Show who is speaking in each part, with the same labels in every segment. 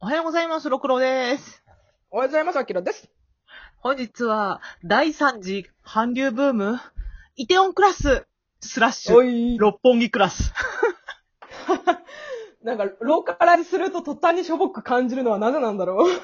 Speaker 1: おはようございます、ろくろです。
Speaker 2: おはようございます、あきらです。
Speaker 1: 本日は、第3次韓流ブーム、イテオンクラス、スラッシュ、
Speaker 2: い
Speaker 1: 六本木クラ ス。
Speaker 2: なんか、ローカライズすると途端にしょぼく感じるのはなぜなんだろう。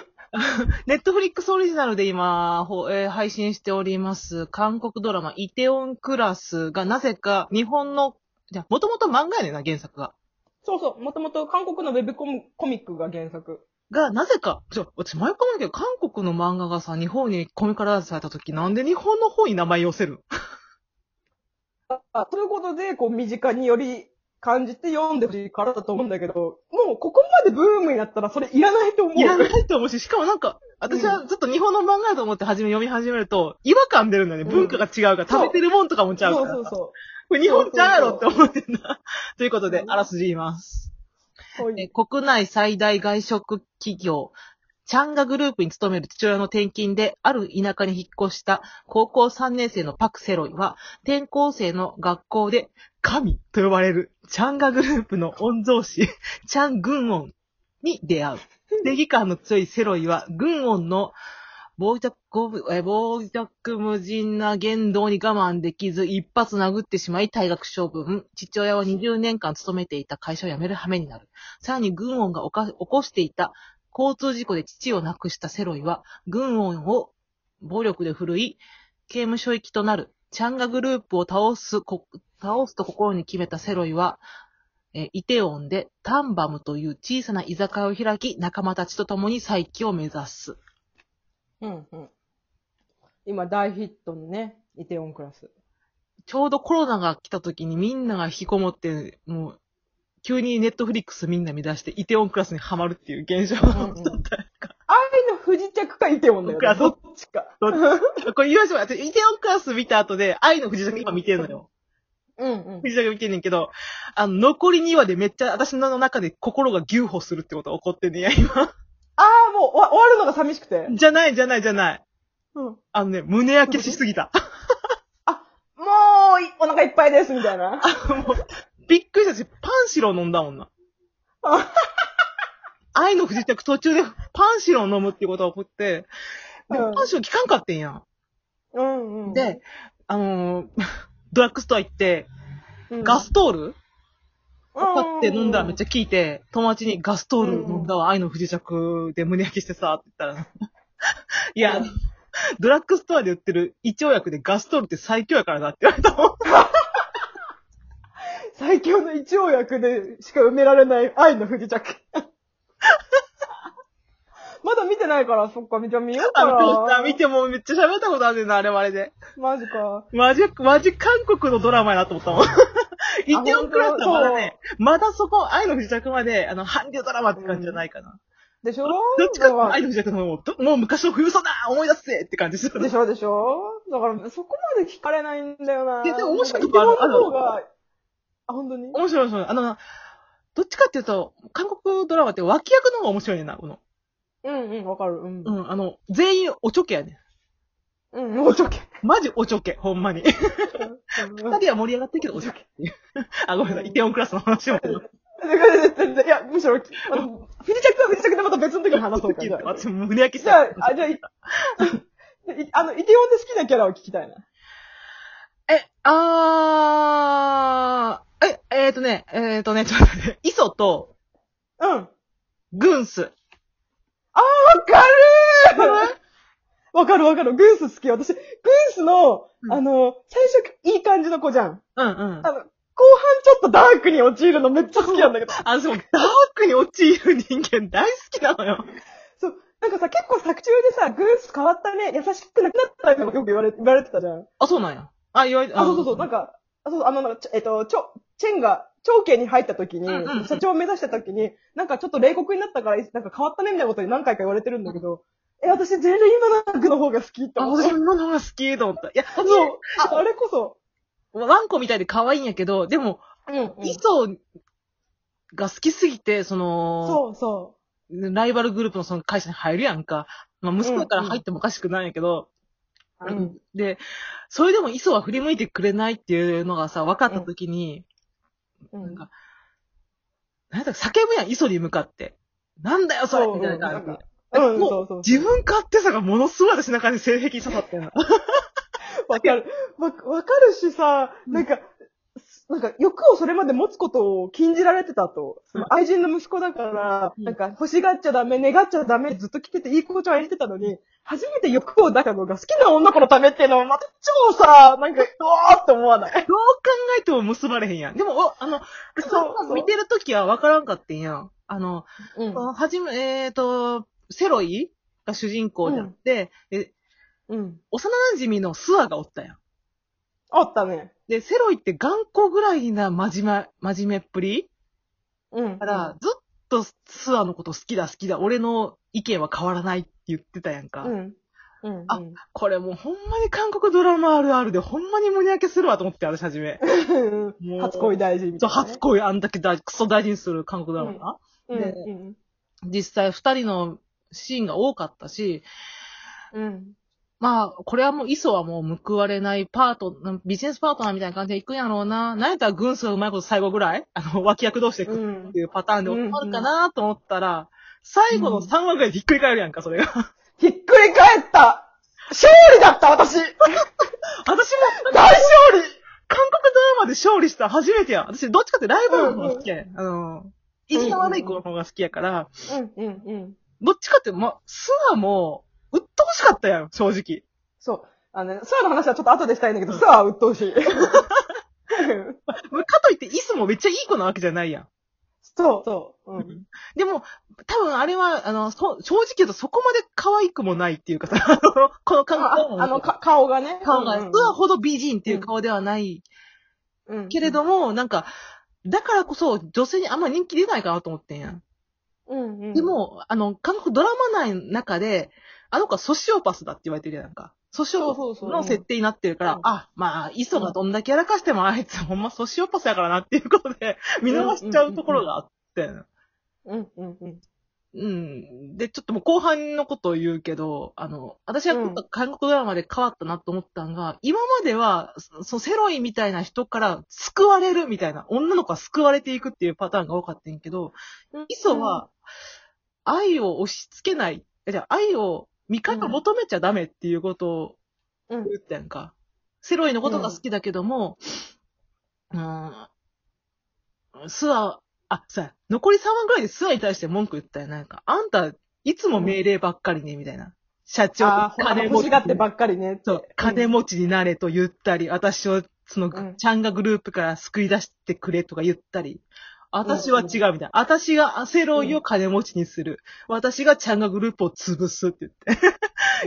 Speaker 1: ネットフリックスオリジナルで今、ほえー配信しております、韓国ドラマ、イテオンクラスが、なぜか、日本の、じゃ、もともと漫画やねんな、原作が。
Speaker 2: そうそう、もともと韓国のウェブコムコミックが原作。
Speaker 1: が、なぜか、ちょ、私前からだけど、韓国の漫画がさ、日本にコミカルアイズされた時、なんで日本の方に名前寄せるの
Speaker 2: あということで、こう、身近により感じて読んでほしいからだと思うんだけど、もうここまでブームになったらそれいらないと思う。
Speaker 1: いらないと思うし、しかもなんか、私はずっと日本の漫画だと思って初め読み始めると、違和感出るんだよね。
Speaker 2: うん
Speaker 1: 文化が違うから、食べてるもんとかもちゃうか
Speaker 2: そう
Speaker 1: ら。
Speaker 2: そうそ
Speaker 1: これ日本ちゃうやろって
Speaker 2: そ
Speaker 1: 思ってんな。ということで
Speaker 2: う、ん
Speaker 1: あらすじ言います。
Speaker 2: う。はい
Speaker 1: え国内最大外食企業、チャンガグループに勤める父親の転勤で、ある田舎に引っ越した高校3年生のパクセロイは、転校生の学校で、神と呼ばれるチャンガグループの御曹司、 チャン・グンオンに出会う。正義感の強いセロイは、グンオンの傍若え傍若無人な言動に我慢できず、一発殴ってしまい退学処分。父親は20年間勤めていた会社を辞める羽目になる。さらに軍音がおか起こしていた交通事故で父を亡くしたセロイは、軍音を暴力で振るい、刑務所行きとなる。チャンガグループを倒すこ、倒すと心に決めたセロイは、えーイテオンでタンバムという小さな居酒屋を開き、仲間たちと共に再起を目指す。
Speaker 2: うんうん。今大ヒットのね、イテオンクラス。
Speaker 1: ちょうどコロナが来た時にみんなが引きこもって、もう、急にネットフリックスみんな見出して、イテオンクラスにハマるっていう現象
Speaker 2: うんう
Speaker 1: が
Speaker 2: ん
Speaker 1: 起きとったやんか。
Speaker 2: 愛の不時着かイテオンだよね。
Speaker 1: どっ
Speaker 2: ちか。
Speaker 1: どっ これ言わせてもらって、イテオンクラス見た後で、愛の藤崎今見てんのよ。
Speaker 2: うんうん。
Speaker 1: 藤崎見てんねんけど、あの、残り2話でめっちゃ私の中で心が牛歩するってことが起こってんねんいや、今。
Speaker 2: ああ、もう終わ終わるのが寂しくて。
Speaker 1: じゃない、じゃない、じゃない。
Speaker 2: うん。
Speaker 1: あのね、胸焼けしすぎ た。
Speaker 2: もうい、お腹いっぱいです、みたいな。
Speaker 1: もうびっくりしたし、パンシロー飲んだもん な。愛の不時着途中でパンシロー飲むっていうことが起こって、でも
Speaker 2: うん
Speaker 1: パンシロー効かんかってんや。
Speaker 2: うんうんん。
Speaker 1: で、あのー ドラッグストア行って、
Speaker 2: うん、
Speaker 1: ガストール
Speaker 2: うん
Speaker 1: 買って飲んだらめっちゃ効いて、友達にガストール飲んだわ、愛の不時着で胸焼けしてさ、って言 ったら、いや、ドラッグストアで売ってる胃腸薬でガストールって最強やからなって言われたもん。
Speaker 2: 最強の一応薬でしか埋められない愛の不時着。まだ見てないから、そっか、じゃあ見よう
Speaker 1: あ
Speaker 2: か
Speaker 1: の、ポスター
Speaker 2: な。
Speaker 1: 見てもめっちゃ喋ったことあるねんな、あれはあれで。
Speaker 2: マジか。
Speaker 1: マジ、マジ韓国のドラマやなと思った もん。イテオンクラスはまだね、まだそこ、愛の不時着まで、あの、韓流ドラマって感じじゃないかな。
Speaker 2: でしょ
Speaker 1: どっちかっていうと
Speaker 2: だ
Speaker 1: 愛の不時着の方も、どもう昔の冬さだ思い出せって感じす
Speaker 2: か
Speaker 1: る
Speaker 2: ら。でしょでしょだから、そこまで聞かれないんだよな。
Speaker 1: いやでも面白い
Speaker 2: なん
Speaker 1: ことある
Speaker 2: かイテウォンの方が、あ、本当に
Speaker 1: 面白い面白い。あの、どっちかっていうと、韓国ドラマって脇役の方が面白いねんな、この。
Speaker 2: うんうん、わかる。うん。
Speaker 1: うん、あの、全員おちょけやね
Speaker 2: うん、もうちょけ。
Speaker 1: ん。マジおちょけ、ほんまに。二人は盛り上がってるけど、おちょけっていう。 あ、ごめんなさい、イテオンクラスの話を。
Speaker 2: いや、むしろ、あの不時着は不時着でまた別の時に話そうか。じゃあ
Speaker 1: 私もう胸焼きし
Speaker 2: じゃ
Speaker 1: た。
Speaker 2: あ、あじゃあ、いいあの、イテウォン で好きなキャラを聞きたいな。
Speaker 1: え、あー、え、えーとね、えーとね、ちょっと待って、イソと、
Speaker 2: うん。わ
Speaker 1: グンス。
Speaker 2: かる わかるわかる。グース好き。私、グースの
Speaker 1: う、ん
Speaker 2: あの、最初いい感じの子じゃん。
Speaker 1: うんうん。
Speaker 2: あの、後半ちょっとダークに陥るのめっちゃ好きなんだけど。
Speaker 1: あ、そう、ダークに陥る人間大好きなのよ。
Speaker 2: そう。なんかさ、結構作中でさ、グース変わったね、優しくなくなったねとかよく言われ言われてたじゃん。
Speaker 1: あ、そうなんや。あ、言われ
Speaker 2: あ、そうそうそう。なん
Speaker 1: か、
Speaker 2: か、あ、そうそう、あの、なんかちょえっと、ちょ、チェンが、長慶に入った時に、
Speaker 1: うんうんうん
Speaker 2: 社長を目指した時に、なんかちょっと冷酷になったから、なんか変わったねみたいなことに何回か言われてるんだけど、え、私全然今の役の方が好きって
Speaker 1: あ、
Speaker 2: 思って
Speaker 1: 私。も今の方が好きと思った。いや、
Speaker 2: そう。ああれこそ。
Speaker 1: ワンコみたいで可愛いんやけど、でも、
Speaker 2: うん、
Speaker 1: イソが好きすぎて、その、
Speaker 2: そうそ
Speaker 1: ライバルグループのその会社に入るやんか。まあ、息子だから入ってもおかしくないんやけど、
Speaker 2: う。うん。
Speaker 1: で、それでも磯は振り向いてくれないっていうのがさ、分かった時に、
Speaker 2: うん
Speaker 1: なんか、なんだ、叫ぶやん、磯に向かって。なんだよ、それみたいな
Speaker 2: なん
Speaker 1: 感じ
Speaker 2: か。うん、
Speaker 1: もう
Speaker 2: そうそう。
Speaker 1: 自分勝手さがものすごい私の中に性癖に刺さってんの。
Speaker 2: わかる。わ、わかるしさ、
Speaker 1: うん
Speaker 2: なんか、すなんか、欲をそれまで持つことを禁じられてたと。その愛人の息子だから、
Speaker 1: うん
Speaker 2: なんか、欲しがっちゃダメ、願っちゃダメってずっと来てて、いい子ちゃん演じてたのに、初めて欲を出したのが好きな女の子のためっていうのは、また超さ、なんか、うわーって思わない。
Speaker 1: どう考えても結ばれへんやん。でも、おあの、
Speaker 2: そうそう
Speaker 1: 見てるときは分からんかってんやん。あの、
Speaker 2: う
Speaker 1: はじめ、えっ、と、セロイが主人公であって、え
Speaker 2: うん。
Speaker 1: 幼馴染のスアがおったやん。
Speaker 2: あったね。
Speaker 1: で、セロイって頑固ぐらいな真面目、真面目っぷり
Speaker 2: うん。
Speaker 1: だから、ずっとスアのこと好きだ好きだ、俺の意見は変わらないって言ってたやんか。
Speaker 2: うん。うん。
Speaker 1: あ
Speaker 2: うん
Speaker 1: これもうほんまに韓国ドラマあるあるで、ほんまに胸焼けするわと思って、私初め。もう
Speaker 2: 初恋大事み
Speaker 1: そ
Speaker 2: た
Speaker 1: う、
Speaker 2: いなね、
Speaker 1: 初恋あんだけ大クソ大事にする韓国ドラマな。
Speaker 2: うん
Speaker 1: で実際二人のシーンが多かったし、
Speaker 2: うん。うん。
Speaker 1: まあ、これはもう、磯はもう報われないパート、ビジネスパートナーみたいな感じで行くんやろうな。なんやったら軍曹がうまいこと最後ぐらいあの、脇役同士で
Speaker 2: う
Speaker 1: くっ
Speaker 2: ん
Speaker 1: っていうパターンで終わるかなと思ったら、最後の3話ぐらいひっくり返るやんか、それが。
Speaker 2: ひっくり返った勝利だった私
Speaker 1: 私も、
Speaker 2: 大勝
Speaker 1: 韓国
Speaker 2: 利
Speaker 1: ドラマで勝利した初めてやん。私、どっちかってライバルの方が好きやねん。あの、意地の悪い子の方が好きやから、
Speaker 2: うんうんうん。
Speaker 1: どっちかって、ま、スワも、鬱陶しかったやん、正直。
Speaker 2: そう。あのね、スワの話はちょっと後でしたいんだけど、スワは鬱陶 しい。
Speaker 1: かといって、イスもめっちゃいい子なわけじゃないやん。
Speaker 2: そう、そう。うん。
Speaker 1: でも、多分あれは、あの、そう正直言うとそこまで可愛くもないっていうかさ、 あのこの韓
Speaker 2: あ
Speaker 1: 国ドラマ
Speaker 2: ああの、か顔がね。
Speaker 1: 顔が、
Speaker 2: うん
Speaker 1: スワほど美人っていう顔ではない
Speaker 2: うん
Speaker 1: けれど、も、なんか、だからこそ女性にあんま人気出ないかなと思ってんやん。
Speaker 2: うんうん、
Speaker 1: で、も、あの、韓国ドラマ内の中で、あの子はソシオパスだって言われてるやんか。ソシオパ
Speaker 2: そうそ
Speaker 1: ス
Speaker 2: うそうう
Speaker 1: の
Speaker 2: ん
Speaker 1: 設定になってるから、
Speaker 2: うん
Speaker 1: あ、まあ、イソがどんだけやらかしてもあいつほんまソシオパスやからなっていうことで、見逃しちゃうところがあって。
Speaker 2: うんうんうん。
Speaker 1: うん。で、ちょっともう後半のことを言うけど、あの、私は
Speaker 2: うん
Speaker 1: 韓国ドラマで変わったなと思ったのが、今までは、そそのセロイみたいな人から救われるみたいな、女の子は救われていくっていうパターンが多かったんやけど、イソは、愛を押し付けない、えじゃあ愛を、味方求めちゃダメっていうことを
Speaker 2: う
Speaker 1: 言
Speaker 2: ん
Speaker 1: ったやんか。セロイのことが好きだけども、うん、スワ、あ、そうや、残り3話ぐらいでスワに対して文句言ったやんなんか、あんた、いつも命令ばっかりね、みたいな。社長
Speaker 2: あ、あ、
Speaker 1: 金
Speaker 2: 欲
Speaker 1: 持
Speaker 2: し
Speaker 1: ち
Speaker 2: がってばっかりねって。
Speaker 1: そう、金持ちになれと言ったり、私を、その、
Speaker 2: うん
Speaker 1: ちゃんがグループから救い出してくれとか言ったり、私は違うみたいな。私がセロイを金持ちにする。私がちゃんがグループを潰すって言って。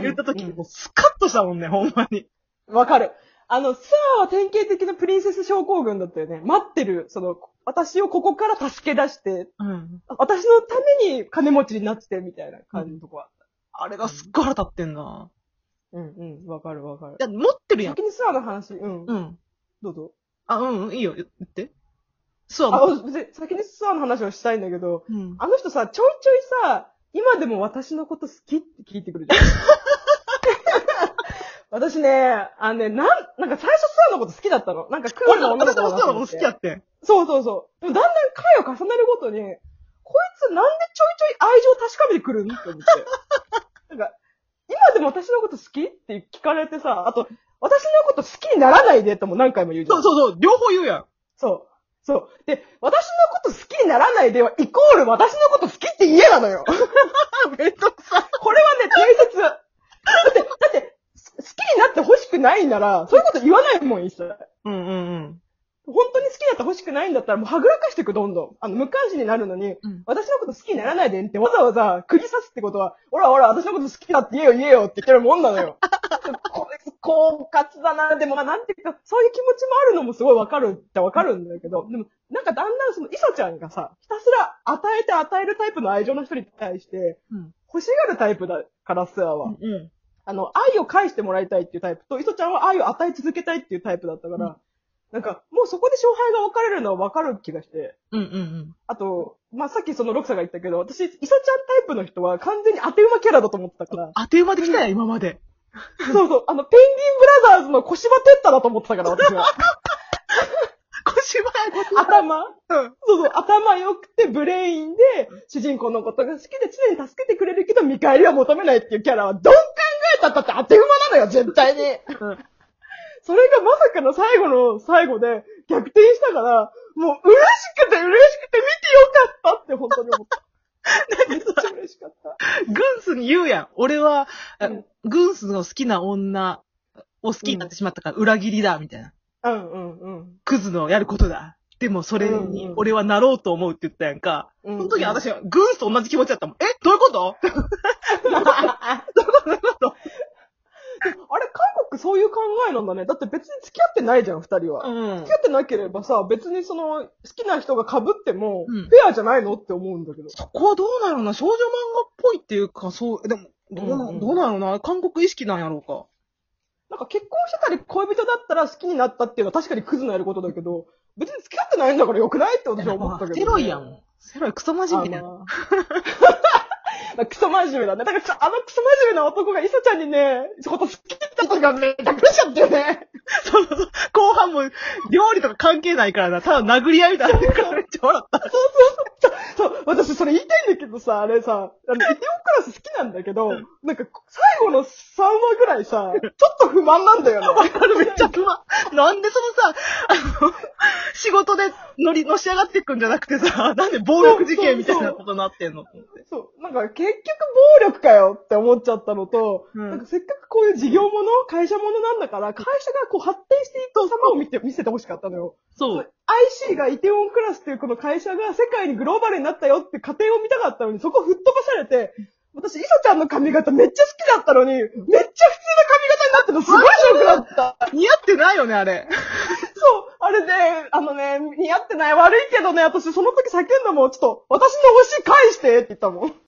Speaker 2: うん
Speaker 1: 言った時、
Speaker 2: うん
Speaker 1: もうスカッとしたもんね、ほんまに。
Speaker 2: わかる。あの、スワは典型的なプリンセス症候群だったよね。待ってる、その、私をここから助け出して、
Speaker 1: うん。
Speaker 2: 私のために金持ちになってみたいな感じのとこは。
Speaker 1: あれがすっごい腹立ってんな。
Speaker 2: うんうん、わかるわかる
Speaker 1: い。や、持ってるやん。
Speaker 2: 先にスワの話、うん。
Speaker 1: うん。
Speaker 2: どうぞ。
Speaker 1: あ、うん、うんいいよ、言って。そう。
Speaker 2: あ、別に先にスワの話をしたいんだけど、
Speaker 1: うん。
Speaker 2: あの人さ、ちょいちょいさ、今でも私のこと好きって聞いてくる じゃん。私ね、あのね、なん、なんか最初スワのこと好きだったの。なんかクール
Speaker 1: 俺
Speaker 2: な
Speaker 1: も、
Speaker 2: 女の
Speaker 1: 私
Speaker 2: 子
Speaker 1: も
Speaker 2: だ
Speaker 1: そ
Speaker 2: な
Speaker 1: う
Speaker 2: と
Speaker 1: な
Speaker 2: 思
Speaker 1: の
Speaker 2: っ
Speaker 1: 好
Speaker 2: て
Speaker 1: きやってん。
Speaker 2: そうそうそう。でもだんだん回を重ねるごとに、こいつなんでちょいちょい愛情を確かめてくるんって思って。なんか、今でも私のこと好きって聞かれてさ、あと、私のこと好きにならないでとも何回も言うじゃん
Speaker 1: そう。そうそう、両方言うやん。
Speaker 2: そう。そう。で、私のこと好きにならないでは、イコール私のこと好きって言えなのよ。
Speaker 1: あ、めんどくさい。
Speaker 2: これはね、大切。だって、だって、す好きになって欲しくないなら、そういうこと言わないもん、一切。
Speaker 1: うんうんうん。
Speaker 2: 本当に好きになって欲しくないんだったら、もうはぐらかしていく、どんどん。あの、無関心になるのに、
Speaker 1: うん
Speaker 2: 私のこと好きにならないでってわざわざ釘刺すってことは、ほらほら、私のこと好きだって言えよ言えよって言ってるもんなのよ。 これ、狡猾だな。でも、まあ、なんていうか、そういう気持ちもあるのもすごいわかるってわかるんだけど、でも、なんかだんだんその、イサちゃんがさ、ひたすら与えて与えるタイプの愛情の人に対して、
Speaker 1: うん
Speaker 2: 欲しがるタイプだから、スアは。
Speaker 1: うん。
Speaker 2: あの、愛を返してもらいたいっていうタイプと、イソちゃんは愛を与え続けたいっていうタイプだったから、
Speaker 1: うん
Speaker 2: なんか、もうそこで勝敗が分かれるのは分かる気がして、
Speaker 1: うんうんうん。
Speaker 2: あと、まあ、さっきそのロクサが言ったけど、私、イソちゃんタイプの人は完全に当て馬キャラだと思ってたから、
Speaker 1: あっという間で来たよ、今まで。
Speaker 2: そうそう、あの、ペンギンブラザーズの小芝テッタだと思ってたから、私は。
Speaker 1: 腰は、
Speaker 2: 頭
Speaker 1: うん。
Speaker 2: そうそう、頭良くてブレインで、主人公のことが好きで常に助けてくれるけど、見返りは求めないっていうキャラは、どう考えたったって当て馬なのよ、絶対に。
Speaker 1: うん
Speaker 2: それがまさかの最後の最後で逆転したから、もう嬉しくて嬉しくて見てよかったって本当に思った。めっちゃ嬉しかった。
Speaker 1: グンスに言うやん。俺は、あ
Speaker 2: うん
Speaker 1: グンスの好きな女を好きになってしまったから裏切りだ、みたいな。
Speaker 2: うんうんうん。
Speaker 1: クズのやることだ。でもそれ
Speaker 2: うん
Speaker 1: に
Speaker 2: うん
Speaker 1: 俺はなろうと思うって言ったやんか。
Speaker 2: そ
Speaker 1: その時私はグンスと同じ気持ちだったもん。えどういうこと
Speaker 2: あれ、韓国そういう考えなんだね。だって別に付き合ってないじゃん、二人は。
Speaker 1: うん
Speaker 2: 付き合ってなければさ、別にその、好きな人が被っても、
Speaker 1: うん
Speaker 2: フェアじゃないのって思うんだけど。
Speaker 1: そこはどうなのな少女漫画っぽいっていうか、そう、でも、どうな、
Speaker 2: うんうん
Speaker 1: どうなのな韓国意識なんやろうか。
Speaker 2: なんか結婚してたり恋人だったら好きになったっていうのは確かにクズのやることだけど、別に付き合ってないんだから良くないって私は思ったけど、
Speaker 1: セロイやん。セロイクソ真面 目だよ。
Speaker 2: あのクソ真面目だね。だからさあのクソ真面目な男がイサちゃんにね、そこと好きだとかめちゃくちゃだったよね。
Speaker 1: そうそうそう。後半も、料理とか関係ないからな、ただ殴り合いみたいな。めっちゃ笑った。
Speaker 2: そう、私それ言いたいんだけどさ、あれさ、あの、イテオンクラス好きなんだけど、なんか最後の3話ぐらいさ、ちょっと不満なんだよね。
Speaker 1: わかる、めっちゃ不満。なんでそのさ、あの、仕事で乗り、のし上がっていくんじゃなくてさ、なんで暴力事件みたいなことになってんのと思って。
Speaker 2: そう。なんか結局暴力かよって思っちゃったのと、
Speaker 1: うん
Speaker 2: なんかせっかくこういう事業もの、会社ものなんだから、会社がこう発展していく様を見て、見せてほしかったのよ。
Speaker 1: そう
Speaker 2: IC がイテウォンクラスっていうこの会社が世界にグローバルになったよって過程を見たかったのに、そこ吹っ飛ばされて、私、イサちゃんの髪型めっちゃ好きだったのに、めっちゃ普通の髪型になってのすごいショックだった。
Speaker 1: 似合ってないよね、あれ。
Speaker 2: そう、あれで、あのね、似合ってない悪いけどね、私その時叫んだもん、ちょっと、私の推し返してって言ったもん。